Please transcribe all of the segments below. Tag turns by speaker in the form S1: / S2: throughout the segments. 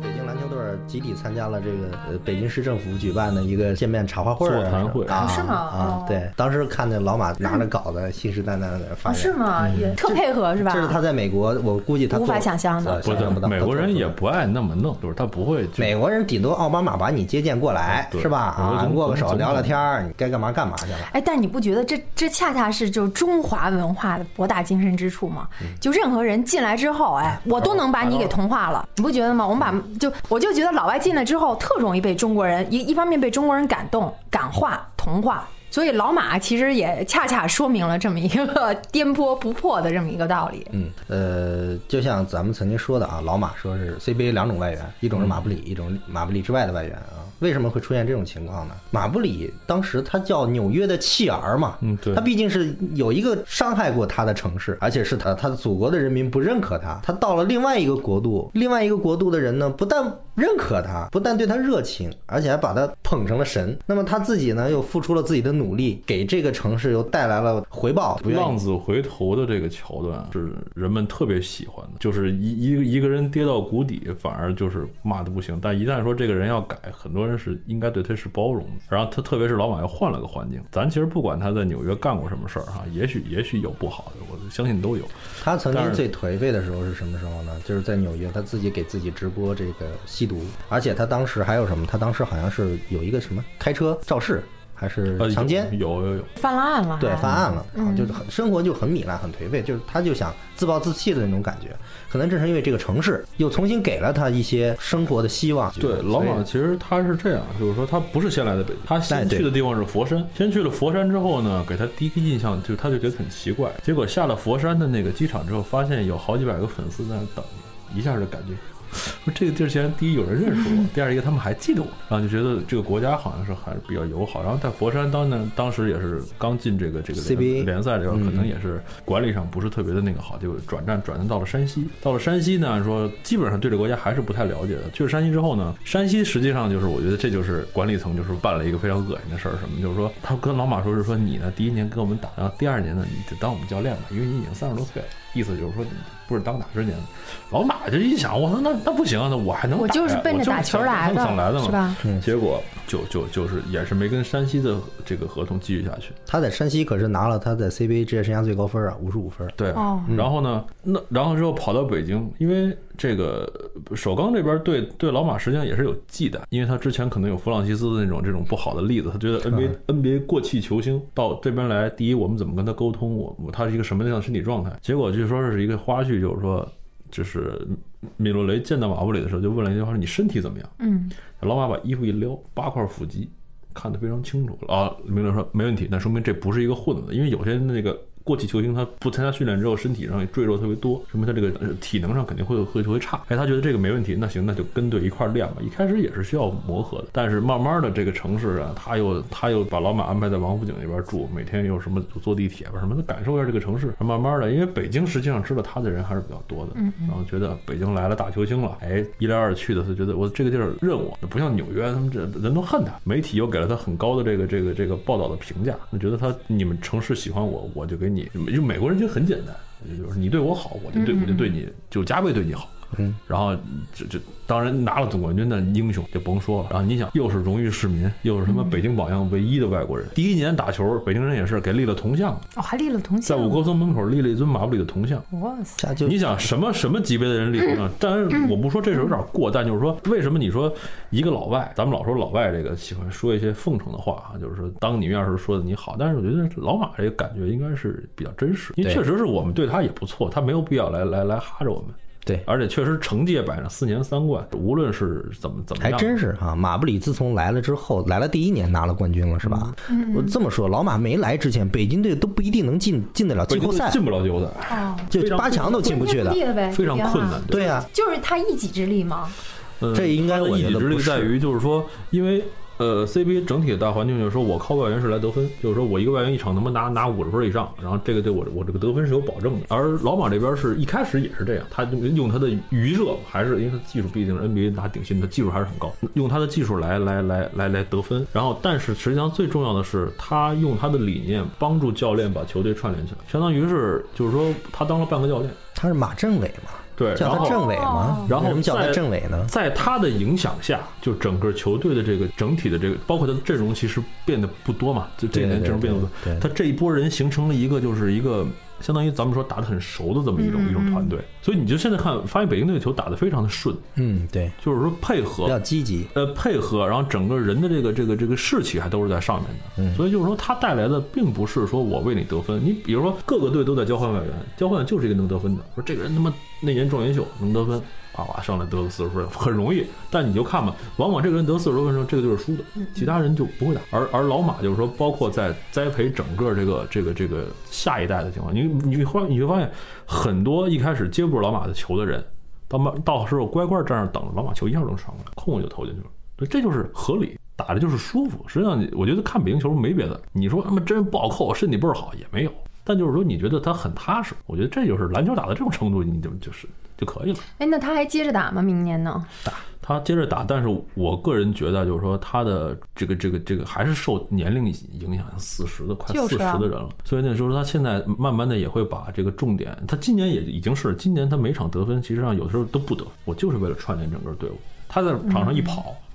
S1: 北京篮球队儿集体参加了这个呃北京市政府举办的一个见面茶话会儿
S2: 座谈会
S1: 啊，
S3: 哦是吗
S1: 啊
S3: 哦，
S1: 对，当时看见老马拿着稿子，信誓旦旦的发
S3: 啊，
S1: 言，
S3: 是吗？也特配合是吧？
S1: 这是他在美国，我估计他
S3: 无
S1: 做
S3: 法想象的
S1: 呃
S2: 不
S1: 想
S2: 是
S1: 象不到
S2: 美国人也
S1: 他做出来
S2: 不爱那么弄，就是他不会就
S1: 美国人顶多奥巴马把你接见过来
S2: 对
S1: 是吧？
S2: 美国
S1: 啊，
S2: 总
S1: 握个手
S2: 总
S1: 聊聊天儿，你该干嘛干嘛去了。
S3: 哎，但你不觉得这这恰恰是就中华文化的博大精深之处吗？就任何人进来之后，哎，我都能把你给同化了，你不觉得吗？我们把就我就觉得老外进来之后，特容易被中国人一一方面被中国人感动、感化、同化。所以老马其实也恰恰说明了这么一个颠簸不破的这么一个道理。
S1: 嗯，呃，就像咱们曾经说的啊，老马说是 CBA 两种外援，一种是马布里，
S2: 嗯
S1: 一种马布里之外的外援啊。为什么会出现这种情况呢？马布里当时他叫纽约的弃儿嘛，
S2: 嗯对
S1: 他毕竟是有一个伤害过他的城市，而且是他他的祖国的人民不认可他，他到了另外一个国度，另外一个国度的人呢，不但认可他，不但对他热情，而且还把他捧成了神。那么他自己呢，又付出了自己的努力，给这个城市又带来了回报，不愿意
S2: 浪子回头的这个桥段是人们特别喜欢的，就是一一个一个人跌到谷底，反而就是骂的不行。但一旦说这个人要改，很多人是应该对他是包容的。然后他特别是老马又换了个环境，咱其实不管他在纽约干过什么事儿哈，也许也许有不好的，我相信都有。
S1: 他曾
S2: 但
S1: 经
S2: 是
S1: 最颓废的时候是什么时候呢？就是在纽约，他自己给自己直播这个吸毒，而且他当时还有什么？他当时好像是有一个什么开车肇事还是
S2: 呃，
S1: 强奸？
S2: 有有有，
S3: 犯了案了，
S1: 对，
S3: 还
S1: 犯案了，啊，就是很生活就很糜烂，很颓废，就是他就想自暴自弃的那种感觉。可能正是因为这个城市又重新给了他一些生活的希望。
S2: 啊对，老马
S1: 所以
S2: 其实他是这样，就是说他不是先来的北京，他
S1: 哎
S2: 先
S1: 对
S2: 去的地方是佛山，先去了佛山之后呢，给他第一个印象就是他就觉得很奇怪，结果下了佛山的那个机场之后，发现有好几百个粉丝在那等着，一下就感觉。说这个地儿竟然第一有人认识我，第二一个他们还记得我，然后就觉得这个国家好像是还是比较友好。然后在佛山当年当时也是刚进这个这个联
S1: CBA
S2: 联赛里边，可能也是管理上不是特别的那个好，就转战转战到了山西。到了山西呢，说基本上对这国家还是不太了解的。去了山西之后呢，山西实际上就是我觉得这就是管理层就是办了一个非常恶心的事儿，什么就是说他跟老马说是说你呢第一年跟我们打，然后第二年呢你得当我们教练吧，因为你已经三十多岁了，意思就是说你不是当打之年。老马就一想，我说那那不行，那我还能
S3: 我
S2: 打
S3: 就是
S2: 哎呀
S3: 奔
S2: 我
S3: 着打球
S2: 想
S3: 来
S2: 我
S3: 的
S2: 想来的嘛，
S3: 是吧？
S1: 嗯
S2: 结果就就就是也是没跟山西的这个合同继续下去。
S1: 他在山西可是拿了他在 CBA 职业生涯最高分啊，五十五分。
S2: 对，
S3: 哦
S2: 然后呢，那然后之后跑到北京，因为这个呃首钢这边对对老马实际上也是有忌惮，因为他之前可能有弗朗西斯的那种这种不好的例子，他觉得 NBA、NBA 过气球星到这边来，第一我们怎么跟他沟通，我我他是一个什么样的身体状态？结果据说是一个花絮，就是说就是米洛雷见到马布里的时候就问了一句话，说你身体怎么样？
S3: 嗯，
S2: 老马把衣服一撩，八块腹肌看得非常清楚了啊。明伦说没问题，那说明这不是一个混子，因为有些那个过气球星他不参加训练之后，身体上赘肉特别多，说明他这个呃体能上肯定会会会差。哎，他觉得这个没问题，那行那就跟队一块儿练吧。一开始也是需要磨合的，但是慢慢的这个城市啊，他又他又把老马安排在王府井那边住，每天又什么坐地铁吧什么的，感受一下这个城市。慢慢的，因为北京实际上知道他的人还是比较多的，然后觉得北京来了大球星了，哎，一来二去的，他觉得我这个地儿认我，不像纽约，他们这人都恨他。媒体又给了他很高的这个这个这个报道的评价，我觉得他你们城市喜欢我，我就给你，就美国人其实很简单，就是你对我好，我就对我就对你就加倍对你好。
S1: 嗯，
S2: 然后这这当然拿了总冠军的英雄就甭说了。然后你想，又是荣誉市民，又是什么北京榜样唯一的外国人，第一年打球，北京人也是给立了铜像，
S3: 哦，还立了铜
S2: 在
S3: 像，
S2: 五沟村门口立了一尊马布里的铜像。
S3: 哇塞，
S1: 他就
S2: 你想什么什么级别的人立功呢？当然，我不说这是有点过，但就是说，为什么你说一个老外，咱们老说老外这个喜欢说一些奉承的话啊，就是说，当你要是说的你好，但是我觉得老马这个感觉应该是比较真实，因为
S1: 对
S2: 确实是我们对他也不错，他没有必要来来来哈着我们。
S1: 对
S2: 而且确实成绩也摆上，四年三冠，无论是怎么怎么
S1: 还
S2: 样，
S1: 真是哈、马布里自从来了之后，来了第一年拿了冠军了，是吧？
S2: 嗯
S1: 我这么说，老马没来之前，北京队都不一定能进进得了季
S2: 北京
S1: 后
S2: 队
S1: 赛，
S2: 进不了季后赛，
S3: 哦，
S1: 就
S2: 非常
S1: 八强都进不去的。
S3: 天天地了呗，
S2: 非常
S3: 这边啊
S2: 困难。
S1: 对呀、
S3: 就是他一己之力吗？
S2: 嗯
S1: 这应该
S2: 他的
S1: 我
S2: 一
S1: 觉
S2: 己
S1: 得
S2: 之
S1: 不
S2: 力
S1: 是
S2: 在于，就是说，因为呃，CBA 整体的大环境就是说，我靠外援是来得分，就是说我一个外援一场他妈拿拿五十分以上，然后这个对我我这个得分是有保证的。而老马这边是一开始也是这样，他用用他的余热，还是因为他技术毕竟是 NBA 拿顶薪，他技术还是很高，用他的技术来来来来来得分。然后，但是实际上最重要的是，他用他的理念帮助教练把球队串联起来，相当于是就是说他当了半个教练。
S1: 他是马政委嘛，
S2: 对，然
S1: 叫他
S2: 后
S1: 政委嘛
S3: 哦，
S2: 然后
S1: 为什么叫他
S2: 在
S1: 政委呢？
S2: 在他的影响下，就整个球队的这个整体的这个，包括他的阵容，其实变得不多嘛，就这一年
S1: 对对
S2: 阵容变得不多
S1: 对对。对
S2: 他这一波人形成了一个，就是一个相当于咱们说打得很熟的这么一种
S3: 嗯
S2: 一种团队。所以你就现在看，发现北京队的球打得非常的顺，
S1: 嗯，对，
S2: 就是说配
S1: 比较
S2: 合。
S1: 积极。
S2: 呃，配合，然后整个人的这个这个这个士气还都是在上面的，所以就是说，他带来的并不是说我为你得分，你比如说各个队都在交换外援，交换的就是一个能得分的，说这个人他妈那年状元秀能得分，哇哇上来得个四十分很容易，但你就看吧，往往这个人得四十多分的时候，这个就是输的，其他人就不会打。而而老马就是说，包括在栽培整个这个这个这个下一代的情况，你你会发你会发现很多一开始接不住老马的球的人，到慢到时候乖乖站那儿等着老马球一下就能传过来，空我就投进去了，所以这就是合理。打的就是舒服，实际上你我觉得看北京球没别的，你说他妈真不好扣，身体倍儿好也没有，但就是说你觉得他很踏实，我觉得这就是篮球打到这种程度，你就就是就可以了。
S3: 哎，那他还接着打吗？明年呢？
S2: 他接着打，但是我个人觉得，就是说他的这个这个这个还是受年龄影响，四十的快
S3: 就
S2: 四
S3: 是
S2: 十
S3: 啊
S2: 的人了，所以那时候他现在慢慢的也会把这个重点，他今年也已经是今年他每场得分，其实上有的时候都不得，我就是为了串联整个队伍，他在场上一跑，
S3: 嗯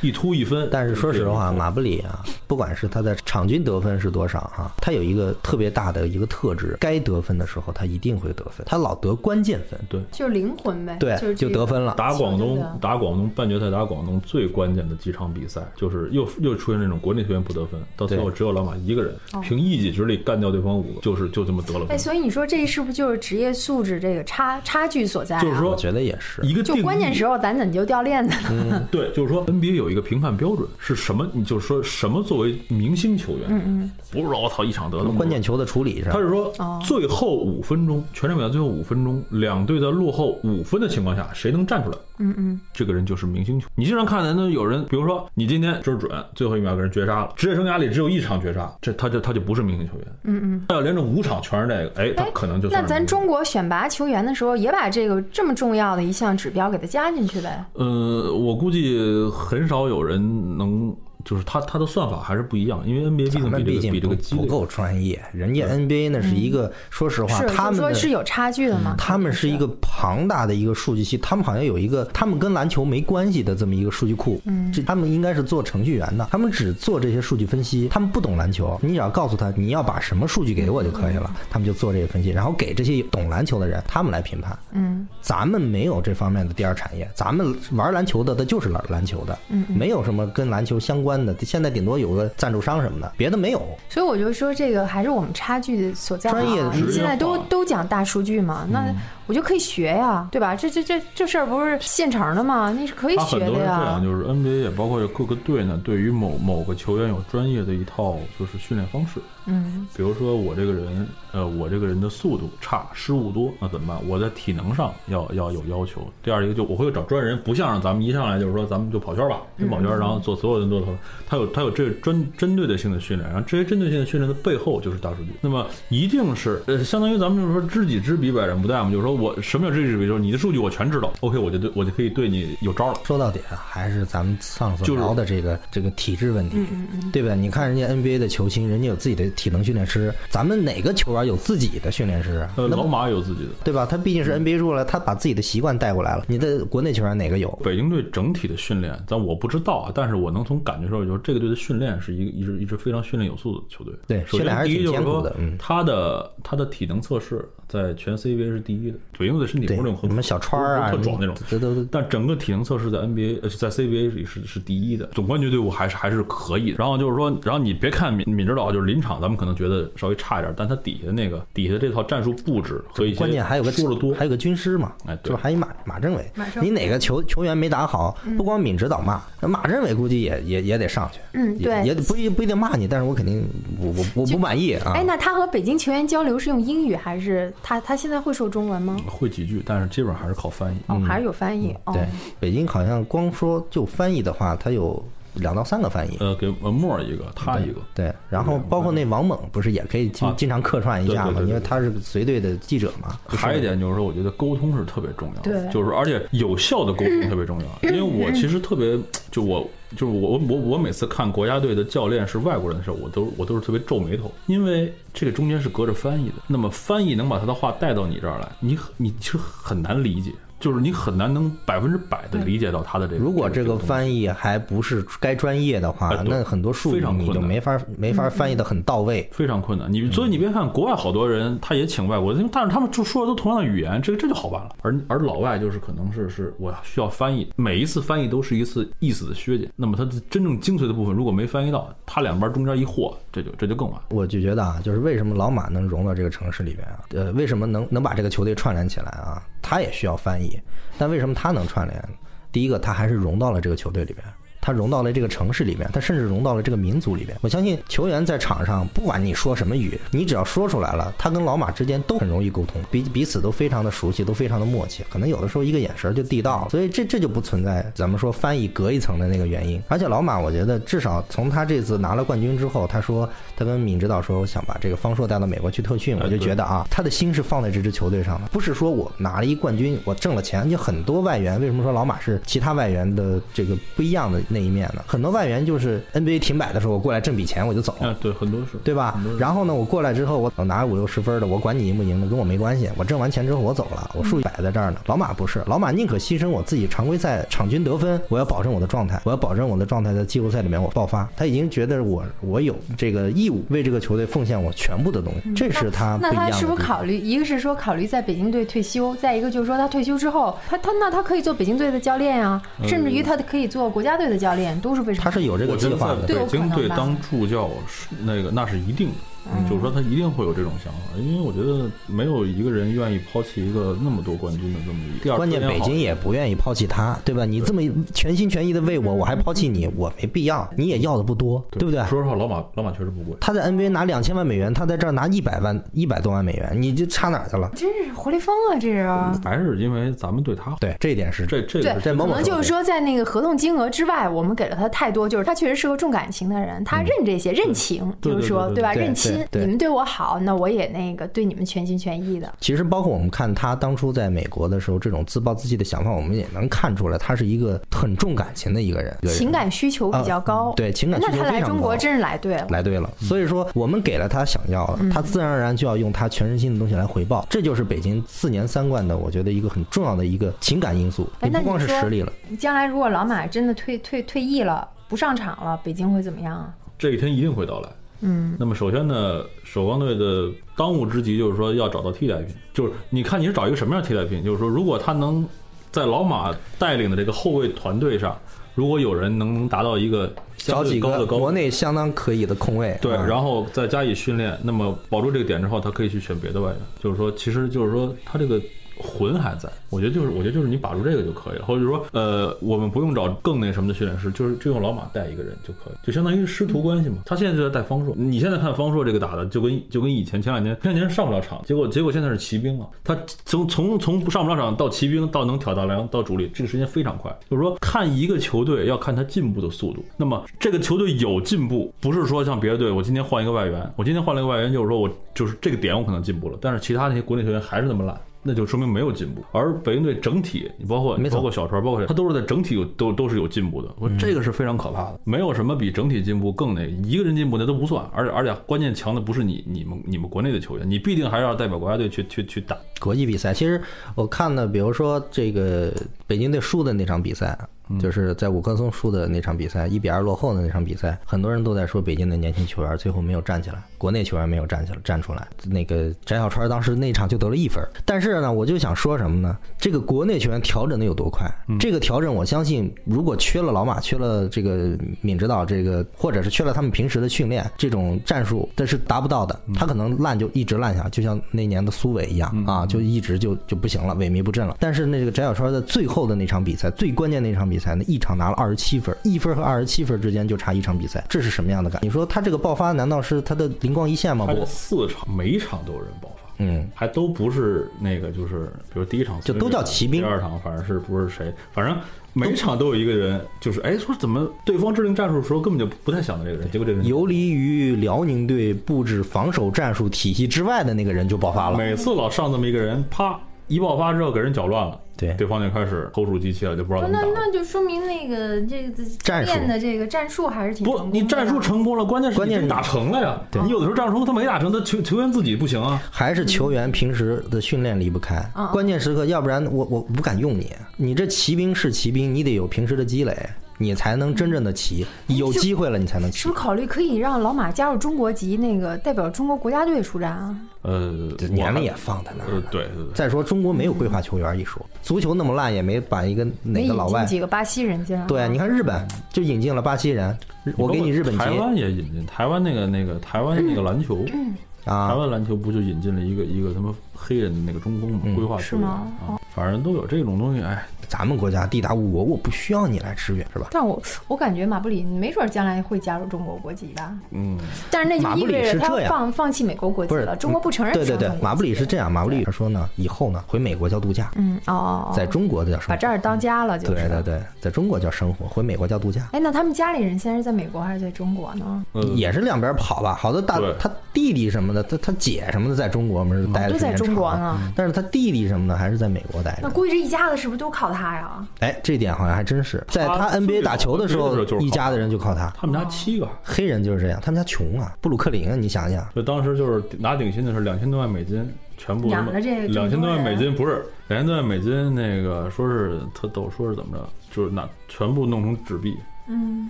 S2: 一突一分，
S1: 但是说实话，
S2: 这个
S1: 马布里啊，不管是他的场均得分是多少哈、他有一个特别大的一个特质，该得分的时候他一定会得分，他老得关键分，
S2: 对。
S3: 就是灵魂呗，
S1: 对
S3: 就，是这
S1: 就
S3: 个
S1: 得分了。
S2: 打广
S3: 球队
S2: 东
S3: 的，
S2: 打广东半决赛，打广东最关键的几场比赛，就是又又出现那种国内球员不得分，到最后
S1: 对
S2: 只有老马一个人凭一己之力干掉对方五个，就是就这么得了
S3: 哦哎，
S2: 分。
S3: 所以你说这是不是就是职业素质这个差差距所在啊、
S2: 就是
S1: 我
S2: 说，
S1: 觉得也是，
S2: 一个
S3: 就
S2: 定
S3: 关键
S2: 义
S3: 时候咱怎么就掉链子了？
S2: 对，就是说 NBA 有一个评判标准是什么？你就是说什么作为明星球员，嗯嗯，不是说我操一场得那么多
S1: 关键，球的处理上
S2: 他，是说
S3: 哦
S2: 最后五分钟，全场比赛最后五分钟，两队在落后五分的情况下，谁能站出来？
S3: 嗯嗯，
S2: 这个人就是明星球。你经常看见那有人，比如说你今天就是准，最后一秒给人绝杀了，职业生涯里只有一场绝杀，这他就他就不是明星球员。嗯嗯，他要连着五场全是这个，哎，他
S3: 哎
S2: 可能就
S3: 那
S2: 算是明星球
S3: 咱
S2: 员
S3: 中国选拔球员的时候，也把这个这么重要的一项指标给它加进去呗。
S2: 呃，我估计很少有人能，就是他他的算法还是不一样，因为 NBA 毕
S1: 咱
S2: 竟
S1: 们
S2: 比
S1: 毕
S2: 这个
S1: 竟
S2: 比这
S1: 不
S2: 个激
S1: 不
S2: 烈。
S1: 够专业，人家 NBA 那是一个，说实话，
S3: 嗯是，
S1: 他们
S3: 就是说
S1: 的嗯
S3: 是有差距的嘛。
S1: 他们是一个庞大的一个数据系，他们好像有一个他们跟篮球没关系的这么一个数据库。嗯，这他们应该是做程序员的，他们只做这些数据分析，他们不懂篮球。你只要告诉他你要把什么数据给我就可以了，
S3: 嗯
S1: 他们就做这些分析，然后给这些懂篮球的人他们来评判。
S3: 嗯，
S1: 咱们没有这方面的第二产业，咱们玩篮球的他就是篮篮球的，嗯，没有什么跟篮球相关的，现在顶多有个赞助商什么的，别的没有。
S3: 所以我就说这个还是我们差距所在、啊。
S1: 专业
S3: 你现
S2: 职
S3: 在
S2: 业
S3: 都
S2: 化
S3: 都讲大数据嘛，那
S1: 嗯
S3: 我就可以学呀，对吧？这这这这事儿不是现成的吗？那是可以
S2: 他
S3: 学
S2: 很
S3: 的
S2: 多人这
S3: 呀
S2: 样，。就是啊 NBA 也包括各个队呢，对于某某个球员有专业的一套就是训练方式。
S3: 嗯，
S2: 比如说我这个人，呃，我这个人的速度差，失误多，那怎么办？我在体能上要要有要求。第二一个就我会找专人，不像咱们一上来就是说咱们就跑圈儿吧，就跑圈
S3: 嗯
S2: 儿，然后做所有人做头，他有他有这专针对的性的训练，然后这些针对性的训练的背后就是大数据。那么一定是呃，相当于咱们就是说知己知彼，百战不殆嘛，就是说我什么叫知己知彼，就是你的数据我全知道，OK，我就对我就可以对你有招了。
S1: 说到底啊，还是咱们上次
S2: 就是
S1: 聊的这个、这个体制问题，
S3: 嗯
S1: 对吧？你看人家 NBA 的球星，人家有自己的体能训练师，咱们哪个球员有自己的训练师啊？
S2: 呃，
S1: 那
S2: 老马嗯有自己的。
S1: 对吧？他毕竟是 NBA 入来，他把自己的习惯带过来了。你的国内球员哪个有？
S2: 北京队整体的训练，咱我不知道啊，但是我能从感觉上，就是这个队的训练是一个一直一支非常训练有素的球队。
S1: 对
S2: 首
S1: 训练还
S2: 先
S1: 是
S2: 第一
S1: 挺
S2: 就
S1: 艰
S2: 是
S1: 苦
S2: 说
S1: 的嗯，
S2: 他的他的体能测试在全 CBA 是第一的，北京队的身体不
S1: 对
S2: 是那种，很
S1: 什么小川儿啊，
S2: 不是特壮那种。
S1: 这都都
S2: 但整个体能测试在 NBA 呃在 CBA 里是是第一的，总冠军队伍还是还是可以的。然后就是说，然后你别看敏敏指导就是临场，咱们可能觉得稍微差一点，但他底下那个底下这套战术布置和一些
S1: 关键还有个
S2: 说的多，
S1: 还有个军师嘛，
S2: 哎
S1: 是
S2: 对
S1: 吧？还有马马政委
S3: 马，政委
S1: 你哪个球球员没打好，不光敏指导骂，马政委估计也也也得上去，
S3: 嗯
S1: 也
S3: 对
S1: 也不一不一定骂你，但是我肯定我我我不满意啊。
S3: 哎，那他和北京球员交流是用英语还是他他现在会说中文吗？
S1: 嗯
S2: 会几句，但是基本
S1: 啊
S2: 上还是靠翻译。
S3: 哦，还是有翻译。哦
S1: 对，，北京好像光说就翻译的话，它有两到三个翻译。
S2: 呃，给呃沫儿一个，他一个，
S1: 对，然后包括那王猛不是也可以
S2: 啊
S1: 经经常客串一下
S2: 对对
S1: 嘛，
S2: 对对
S1: 因为他是随队的记者嘛。就是
S2: 还有一点就是说，我觉得沟通是特别重要的，
S3: 对
S2: 就是而且有效的沟通特别重要。因为我其实特别，就我就是我我我每次看国家队的教练是外国人的时候，我都我都是特别皱眉头，因为这个中间是隔着翻译的，那么翻译能把他的话带到你这儿来，你你其实很难理解。就是你很难能百分之百的理解到他的这个。
S1: 如果这个
S2: 东西
S1: 翻译还不是该专业的话
S2: 哎，对
S1: 那很多术
S2: 非
S1: 语
S2: 常
S1: 你
S2: 困
S1: 就
S2: 难
S1: 没法没法翻译的很到位。
S2: 非常困难。你所以你别看国外好多人他也请外国人，但是他们就说的都同样的语言，这个这就好办了。而而老外就是可能是是我需要翻译，每一次翻译都是一次意思的削减。那么它的真正精髓的部分如果没翻译到，它两边中间一和，这就这就更完。
S1: 我就觉得啊，就是为什么老马能融到这个城市里边啊？呃，为什么能能把这个球队串联起来啊？他也需要翻译，但为什么他能串联？第一个，他还是融到了这个球队里边，他融到了这个城市里边，他甚至融到了这个民族里边。我相信球员在场上，不管你说什么语，你只要说出来了，他跟老马之间都很容易沟通，彼彼此都非常的熟悉，都非常的默契，可能有的时候一个眼神就地道了，所以这这就不存在咱们说翻译隔一层的那个原因。而且老马，我觉得至少从他这次拿了冠军之后，他说他跟闵指导说想把这个方硕带到美国去特训，
S2: 哎
S1: 我就
S2: 对
S1: 觉得啊，他的心是放在这支球队上的，不是说我拿了一冠军，我挣了钱。就很多外援，为什么说老马是其他外援的这个不一样的那一面呢？很多外援就是 NBA 停摆的时候，我过来挣笔钱我就走。
S2: 啊，对，很多是。
S1: 对吧？然后呢，我过来之后，我
S3: 嗯
S1: 我拿五六十分的，我管你赢不赢的，跟我没关系。我挣完钱之后我走
S3: 嗯
S1: 了，我数据摆在这儿呢。老马不是，老马宁可牺牲我自己常规赛场均得分，我要保证我的状态，我要保证我的状态在季后赛里面我爆发。他已经觉得我我有这个义务为这个球队奉献我全部的东西，这是他不
S3: 嗯那
S1: 一样
S3: 他
S1: 的地方。
S3: 是不是考虑，一个是说考虑在北京队退休，再一个就是说他退休之后，他他那他可以做北京队的教练啊，
S1: 嗯
S3: 甚至于他可以做国家队的教练，都是非常
S1: 他是有这个
S2: 我觉
S1: 计
S2: 得
S1: 划
S2: 在
S1: 的。
S2: 北
S3: 对
S2: 京
S3: 有可
S2: 队
S3: 能吧
S2: 当嗯助教是那个那是一定的，就是说他一定会有这种想法，因为我觉得没有一个人愿意抛弃一个那么多冠军的这么一个。第二
S1: 关键北京也不愿意抛弃他，对吧？你这么全心全意的为
S3: 嗯
S1: 我，我还抛弃你，我没必要。你也要的不多，对不对？
S2: 说实话，老马老马确实不贵。
S1: 他在 NBA 拿两千万美元，他在这儿拿一百万一百多万美元，你这差哪儿去了？
S3: 真是活雷锋啊，这是。
S1: 嗯
S2: 还是因为咱们对他好，
S1: 对，这一点是
S2: 这这
S3: 对
S2: 个，
S1: 这
S2: 是
S1: 某
S3: 可
S1: 某
S3: 能就是说，在那个合同金额之外，我们给了他太多，就是他确实是个重感情的人，他认这些，认情，
S2: 对
S3: 就是说，
S2: 对对对
S3: 吧？
S1: 嗯对
S3: 认亲，
S1: 对对
S3: 你们对我好，那我也那个对你们全心全意的。
S1: 其实包括我们看他当初在美国的时候，这种自暴自弃的想法，我们也能看出来，他是一个很重感情的一个人，一个人
S3: 情感需求比较高，
S1: 呃对情感需
S3: 那
S1: 求
S3: 他
S1: 非
S3: 来
S1: 常
S3: 中
S1: 高
S3: 国真是来对了。
S1: 来对了。
S3: 嗯
S1: 所以说，我们给了他想要的，他自然而然就要用他全身心的东西来回报。这就是北京四年三冠的，我觉得一个很重要的一个情感因素。
S3: 哎
S1: 你
S3: 那
S1: 不
S3: 你
S1: 光是
S3: 说
S1: 实力了，
S3: 将来如果老马真的退退退役了，不上场了，北京会怎么样啊？
S2: 这一天一定会到来。
S3: 嗯，
S2: 那么首先呢，守光队的当务之急就是说要找到替代品，就是你看你是找一个什么样的替代品？就是说，如果他能在老马带领的这个后卫团队上，如果有人能达到一个
S1: 找
S2: 相
S1: 几
S2: 对高
S1: 个
S2: 的高
S1: 国
S2: 度，
S1: 内相当可以的空位，
S2: 对，
S1: 啊
S2: 然后再加以训练，那么保住这个点之后，他可以去选别的外援。就是说，其实就是说他这个。魂还在，我觉得就是，我觉得就是你把住这个就可以了，或者说，呃，我们不用找更那什么的训练师，就是就用老马带一个人就可以，就相当于是师徒关系嘛。他现在就在带方硕，你现在看方硕这个打的，就跟就跟以前前两年前两年上不了场，结果结果现在是骑兵了。他从从从上不了场到骑兵到能挑大梁到主力，这个时间非常快。就是说，看一个球队要看他进步的速度。那么这个球队有进步，不是说像别的队，我今天换一个外援，我今天换了一个外援，就是说我就是这个点我可能进步了，但是其他那些国内球员还是那么烂。那就说明没有进步，而北京队整体，你包括
S1: 没错
S2: 包括小川，包括谁他都是在整体有都都是有进步的，
S1: 嗯
S2: 我这个是非常可怕的。没有什么比整体进步更那一个人进步那都不算，而且而且关键强的不是你你们你们国内的球员，你必定还是要代表国家队去去去打。
S1: 国际比赛，其实我看的，比如说这个北京队输的那场比赛，就是在五棵松输的那场比赛，一比二落后的那场比赛，很多人都在说北京的年轻球员最后没有站起来，国内球员没有站起来站出来。那个翟小川当时那一场就得了一分，但是呢，我就想说什么呢？这个国内球员调整的有多快？这个调整，我相信如果缺了老马，缺了这个闵指导，这个或者是缺了他们平时的训练，这种战术这是达不到的。他可能烂就一直烂下，就像那年的苏伟一样啊，就一直就就不行了，萎靡不振了。但是那个翟小川在最后的那场比赛，最关键的那场比赛，那一场拿了二十七分，一分和二十七分之间就差一场比赛，这是什么样的感？你说他这个爆发难道是他的灵光一现吗？
S2: 他
S1: 不
S2: 这，四场每一场都有人爆发，
S1: 嗯，
S2: 还都不是那个，就是比如第一场
S1: 就都叫骑兵
S2: 第二场反正是不是谁，反正每场都有一个人，就是哎说怎么对方制定战术的时候根本就不太想到这个人，结果这个人
S1: 游离于辽宁队布置防守战术体系之外的那个人就爆发了。
S2: 每次老上这么一个人，啪一爆发之后给人搅乱了，
S1: 对
S2: 对方就开始投鼠忌器了，就不知道怎么
S3: 那
S2: 打了。
S3: 那就说明那个这个
S1: 战术
S3: 变的这个战术还是挺
S2: 不
S3: 成，功
S2: 你
S3: 的
S2: 战术成功了，关键是
S1: 关键
S2: 你
S1: 是
S2: 打成了呀。你有的时候战术成功他没打成，他球球员自己不行啊。
S1: 还是球员平时的训练离不开，
S3: 嗯
S1: 关键时刻，要不然我我不敢用你。你这骑兵是骑兵，你得有平时的积累，你才能真正的骑。
S3: 嗯
S1: 有机会了，你才能骑
S3: 是不。是考虑可以让老马加入中国籍，那个代表中国国家队出战啊？
S2: 呃，
S1: 这
S2: 我
S1: 年
S2: 还
S1: 龄啊也放在那儿
S2: 呃
S1: 呢。
S2: 对对对，
S1: 再说中国没有规划球员一说，足球那么烂，也没把一个
S3: 没
S1: 哪个
S3: 引
S1: 老
S3: 进
S1: 外。
S3: 几个巴西人啊进来？
S1: 对，啊你看日本就引进了巴西人，我给你日本籍
S2: 台湾也引进，台湾那个那个台湾那个篮球，
S3: 嗯
S2: 台
S1: 啊，
S2: 湾篮球不就引进了一个一个他妈黑人的那个中锋嘛，
S1: 嗯
S2: 规划
S3: 是
S2: 球员
S3: 吗
S1: 哦
S2: 啊，反正都有这种东西，哎，
S1: 咱们国家地大物博，我不需要你来支援，是吧？
S3: 但我我感觉马布里没准将来会加入中国国籍吧，
S2: 嗯，
S3: 但是那
S1: 马
S3: 就
S1: 布
S3: 意
S1: 里
S3: 味着
S1: 是
S3: 他
S1: 这
S3: 要
S1: 样
S3: 放放弃美国国籍
S1: 不是
S3: 了，中国不承认
S1: 对对对
S3: 双重，国
S1: 马布里
S3: 籍
S1: 是这样，马布里他说呢，以后呢回美国叫度假，
S3: 嗯哦哦，哦
S1: 在中国叫生活，
S3: 把这儿当家了，就是
S1: 对对对，在中国叫生活，回美国叫度假，
S3: 哎，那他们家里人现在是在美国还是在中国呢？
S2: 呃
S1: 也是两边跑吧。好多大
S2: 对
S1: 他弟弟什么的，他他姐什么的在中国嘛是待的
S3: 哦都
S1: 时
S3: 在
S1: 间
S3: 中国
S1: 长
S3: 呢。
S1: 但是他弟弟什么的还是在美国待
S3: 那
S1: 着。
S3: 估计这一家子是不是都靠他呀？
S1: 哎，这点好像还真是，在他
S2: 他
S1: NBA 打球的时
S2: 最
S1: 候
S2: 有就是靠，他
S1: 一家的人就靠他。
S2: 他们家七个，啊
S1: 黑人就是这样，他们家穷啊，布鲁克林啊，你想想，
S2: 就当时就是拿顶薪的是两千多万美金，全部
S3: 养了这这么多
S2: 两千多万
S3: 人
S2: 美金不是两千多万美金，那个说是特逗，说是怎么着，就是拿全部弄成纸币
S3: 嗯，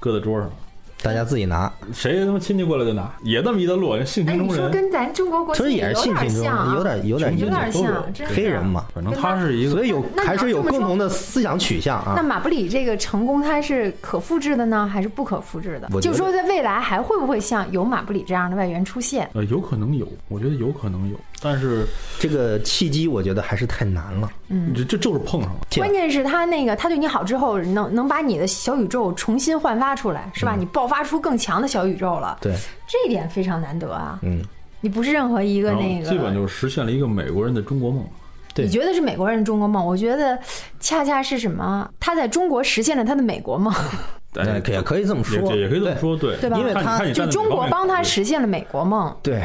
S2: 搁在桌上，
S1: 大家自己拿，
S2: 谁他妈亲戚过来就拿，也这么一段路，人性
S3: 哎，
S2: 情
S3: 你
S2: 中
S3: 说
S2: 人，
S3: 跟咱中国国
S1: 其实
S3: 籍
S1: 也是
S3: 有
S1: 性
S3: 点
S1: 情中
S3: 像啊，
S1: 有点有点
S2: 有
S3: 有
S1: 意
S3: 点
S1: 思，
S2: 都有
S3: 像，真是
S1: 黑人嘛，
S2: 反正他是一个
S1: 所以有
S3: 那
S1: 还是有
S3: 那你要这
S1: 共
S3: 么说
S1: 同的思想取向
S3: 那
S1: 啊。
S3: 马布里这个成功，它是可复制的呢，还是不可复制的？
S1: 我觉
S3: 就
S1: 得
S3: 说在未来还会不会像有马布里这样的外援出现？
S2: 呃，有可能有，我觉得有可能有，但是
S1: 这个契机我觉得还是太难了。
S2: 这这就是碰上了。
S1: 这
S3: 关键是他那个他对你好之后，能能把你的小宇宙重新焕发出来，是
S1: 嗯
S3: 吧？你爆发出更强的小宇宙了，
S1: 对，
S3: 这一点非常难得啊！
S1: 嗯，
S3: 你不是任何一个
S2: 然后
S3: 那个，
S2: 基本就是实现了一个美国人的中国梦。
S1: 对
S3: 你觉得是美国人中国梦？我觉得恰恰是什么？他在中国实现了他的美国梦，
S1: 那也可以这么
S2: 哎也
S1: 说，
S2: 也也可以这么
S1: 对。
S2: 说，对，
S3: 对吧
S2: 因为
S1: 因为他
S2: 看你
S3: 就
S2: 站在
S3: 中
S2: 哪
S3: 国
S2: 方面
S3: 帮他
S2: 考虑
S3: 实现了美国梦，
S1: 对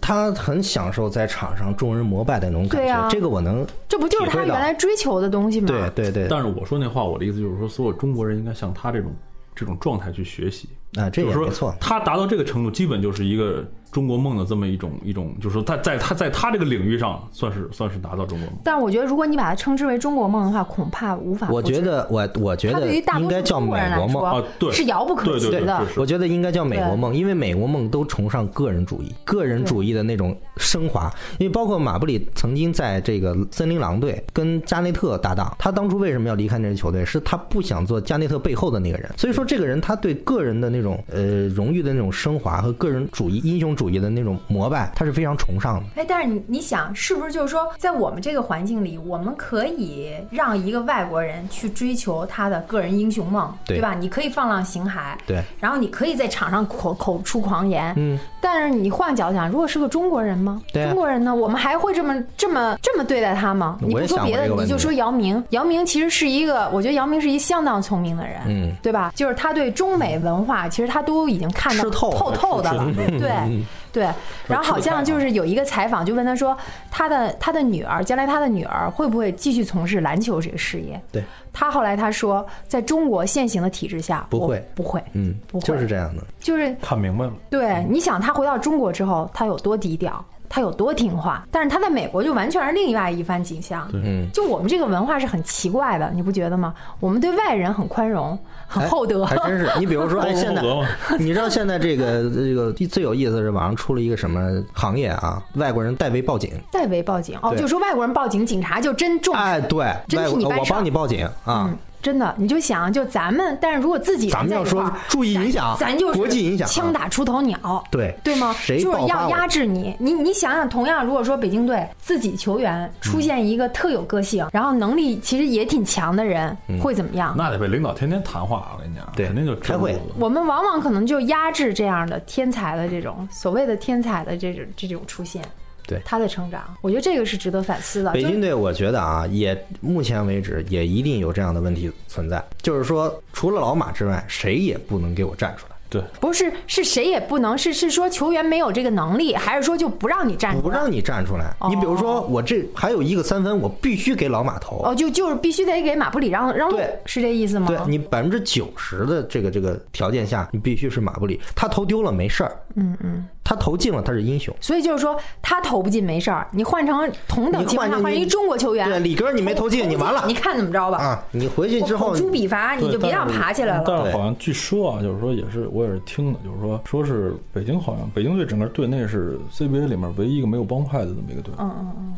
S1: 他很享受在场上众人膜拜的那种感
S3: 对
S1: 觉，
S3: 啊
S1: 这个我能
S3: 这不就是
S1: 体
S3: 他
S1: 会
S3: 原
S1: 到
S3: 来追求的东西吗？
S1: 对对对，
S2: 但是我说那话，我的意思就是说，所有中国人应该像他这种这种状态去学习。
S1: 啊，这
S2: 就是
S1: 也
S2: 说
S1: 没错，，
S2: 他达到这个程度，基本就是一个中国梦的这么一种一种，就是说他在他在他这个领域上，算是算是达到中国梦。
S3: 但我觉得，如果你把它称之为中国梦的话，恐怕无法复制。
S1: 我觉得我我觉
S3: 它
S1: 得
S3: 对于大
S1: 应
S3: 多
S1: 该
S3: 数
S1: 叫
S3: 中
S1: 美
S3: 国人
S1: 国
S3: 来说，
S1: 梦。
S2: 啊对
S3: 是遥不可及
S2: 对对对
S3: 的
S2: 对。是
S1: 我觉得应该叫美国梦，因为美国梦都崇尚个人主义，个人主义的那种升华。因为包括马布里曾经在这个森林狼队跟加内特搭档，他当初为什么要离开那支球队？是他不想做加内特背后的那个人。所以说，这个人他对个人的那种呃荣誉的那种升华和个人主义、英雄主义的那种膜拜，他是非常崇尚的。
S3: 哎，但是你你想，是不是就是说，在我们这个环境里，我们可以让一个外国人去追求他的个人英雄梦，
S1: 对
S3: 吧？你可以放浪形骸，
S1: 对，
S3: 然后你可以在场上口口出狂言，
S1: 嗯，
S3: 但是你换角度想，如果是个中国人吗？
S1: 对啊
S3: 中国人呢，我们还会这么这么这么对待他吗？你
S1: 我
S3: 不
S1: 也
S3: 说
S1: 想
S3: 别
S1: 过
S3: 的，
S1: 这个
S3: 你就
S1: 问题
S3: 说姚明，姚明其实是一个，我觉得姚明是一相当聪明的人，
S1: 嗯，
S3: 对吧？就是他对中美文化，其实他都已经看得
S1: 吃透了嗯
S3: 透透的了，对对。然后好像就是有一个采访，就问他说，他的他的女儿，将来他的女儿会不会继续从事篮球这个事业？
S1: 对，
S3: 他后来他说，在中国现行的体制下，
S1: 不
S3: 我
S1: 会
S3: 不会，
S1: 嗯
S3: 不，会
S1: 就是这样的。
S3: 就是
S2: 看明白了，
S3: 对，你想他回到中国之后，他有多低调，他有多听话，但是他在美国就完全是另外一番景象。
S1: 嗯，
S3: 就我们这个文化是很奇怪的，你不觉得吗？我们对外人很宽容，很
S1: 哎
S3: 厚德。
S1: 还真是。 你比如说，哎，
S2: 厚
S1: 现在
S2: 德嘛
S1: 你知道现在这个呃这个最有意思的是网上出了一个什么行业啊？外国人代为报警。
S3: 代为报警哦，
S1: 对
S3: 就说外国人报警，警察就真重视。
S1: 哎，对，
S3: 真
S1: 外
S3: 替
S1: 国
S3: 你办
S1: 我
S3: 事儿
S1: 帮你报警啊
S3: 嗯！，真的，你就想，就咱们，但是如果自己人
S1: 咱们
S3: 在
S1: 要
S3: 一
S1: 说
S3: 块儿
S1: 注意影响，
S3: 咱就是
S1: 国际影响啊，
S3: 枪打出头鸟，
S1: 对
S3: 对吗？
S1: 谁
S3: 就是
S1: 爆发
S3: 要
S1: 我
S3: 压制你。你你想想，同样如果说北京队自己球员
S1: 嗯
S3: 出现一个特有个性，然后能力其实也挺强的人，
S1: 嗯
S3: 会怎么样？
S2: 那得被领导天天谈话，我跟你讲，
S1: 对
S2: 肯定就
S1: 开会
S2: 制度了
S3: 我们往往可能就压制这样的天才的这种所谓的天才的这种这种出现，
S1: 对
S3: 他的成长，我觉得这个是值得反思的。
S1: 北
S3: 就是
S1: 京队，我觉得啊，也目前为止也一定有这样的问题存在，就是说，除了老马之外，谁也不能给我站出来，
S2: 对，
S3: 不是是谁也不能是是说球员没有这个能力，还是说就不让你站出
S1: 不
S3: 来？
S1: 让你站出来。
S3: 哦
S1: 你比如说，我这还有一个三分，我必须给老马投。
S3: 哦，就就是必须得给马布里让让路
S1: 对，
S3: 是这意思吗？
S1: 对你百分之九十的这个这个条件下，你必须是马布里，他投丢了没事儿，嗯嗯，他投进了他是英雄。
S3: 所以就是说他投不进没事儿，你换成同等
S1: 你
S3: 情况
S1: 换
S3: 下
S1: 成
S3: 换成
S1: 你
S3: 一中国球员，
S1: 对，李哥你没投进，你完了
S3: 你看怎么着吧？
S1: 啊！你回去
S3: 我
S1: 之后
S3: 口，诛笔伐，你
S2: 对
S3: 就别
S2: 但
S3: 让
S2: 是
S3: 爬起来了。
S2: 但
S1: 对
S2: 是好像据说啊，就是说也是我也是听的，就是说说是北京好像北京队整个队内是 CBA 里面唯一一个没有帮派的这么一个队。
S3: 嗯嗯嗯，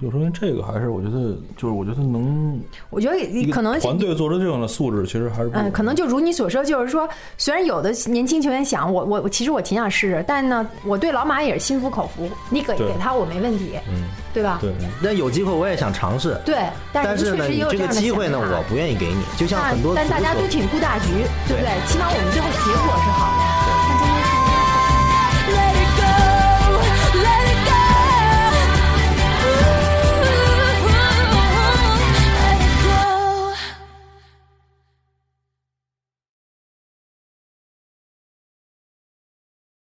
S2: 有时候这个还是我觉得就是我觉得能
S3: 我觉得也
S2: 一个
S3: 可能
S2: 团队做出这样的素质，其实还是不容易
S3: 嗯，可能就如你所说，就是说，虽然有的年轻球员想我我我其实我挺想试试，但呢，我对老马也是心服口服，你给
S2: 对
S3: 给他我没问题，嗯，对吧？
S2: 对。
S1: 那有机会我也想尝试，
S3: 对，但
S1: 但
S3: 是
S1: 是
S3: 确
S1: 呢，
S3: 实也
S1: 你
S3: 有
S1: 这个
S3: 样的
S1: 机会呢，
S3: 想法
S1: 我不愿意给你。就像
S3: 但
S1: 很多
S3: 但大
S1: 足
S3: 家
S1: 球
S3: 都挺顾大局，对不对？起码我们最后结果是好的。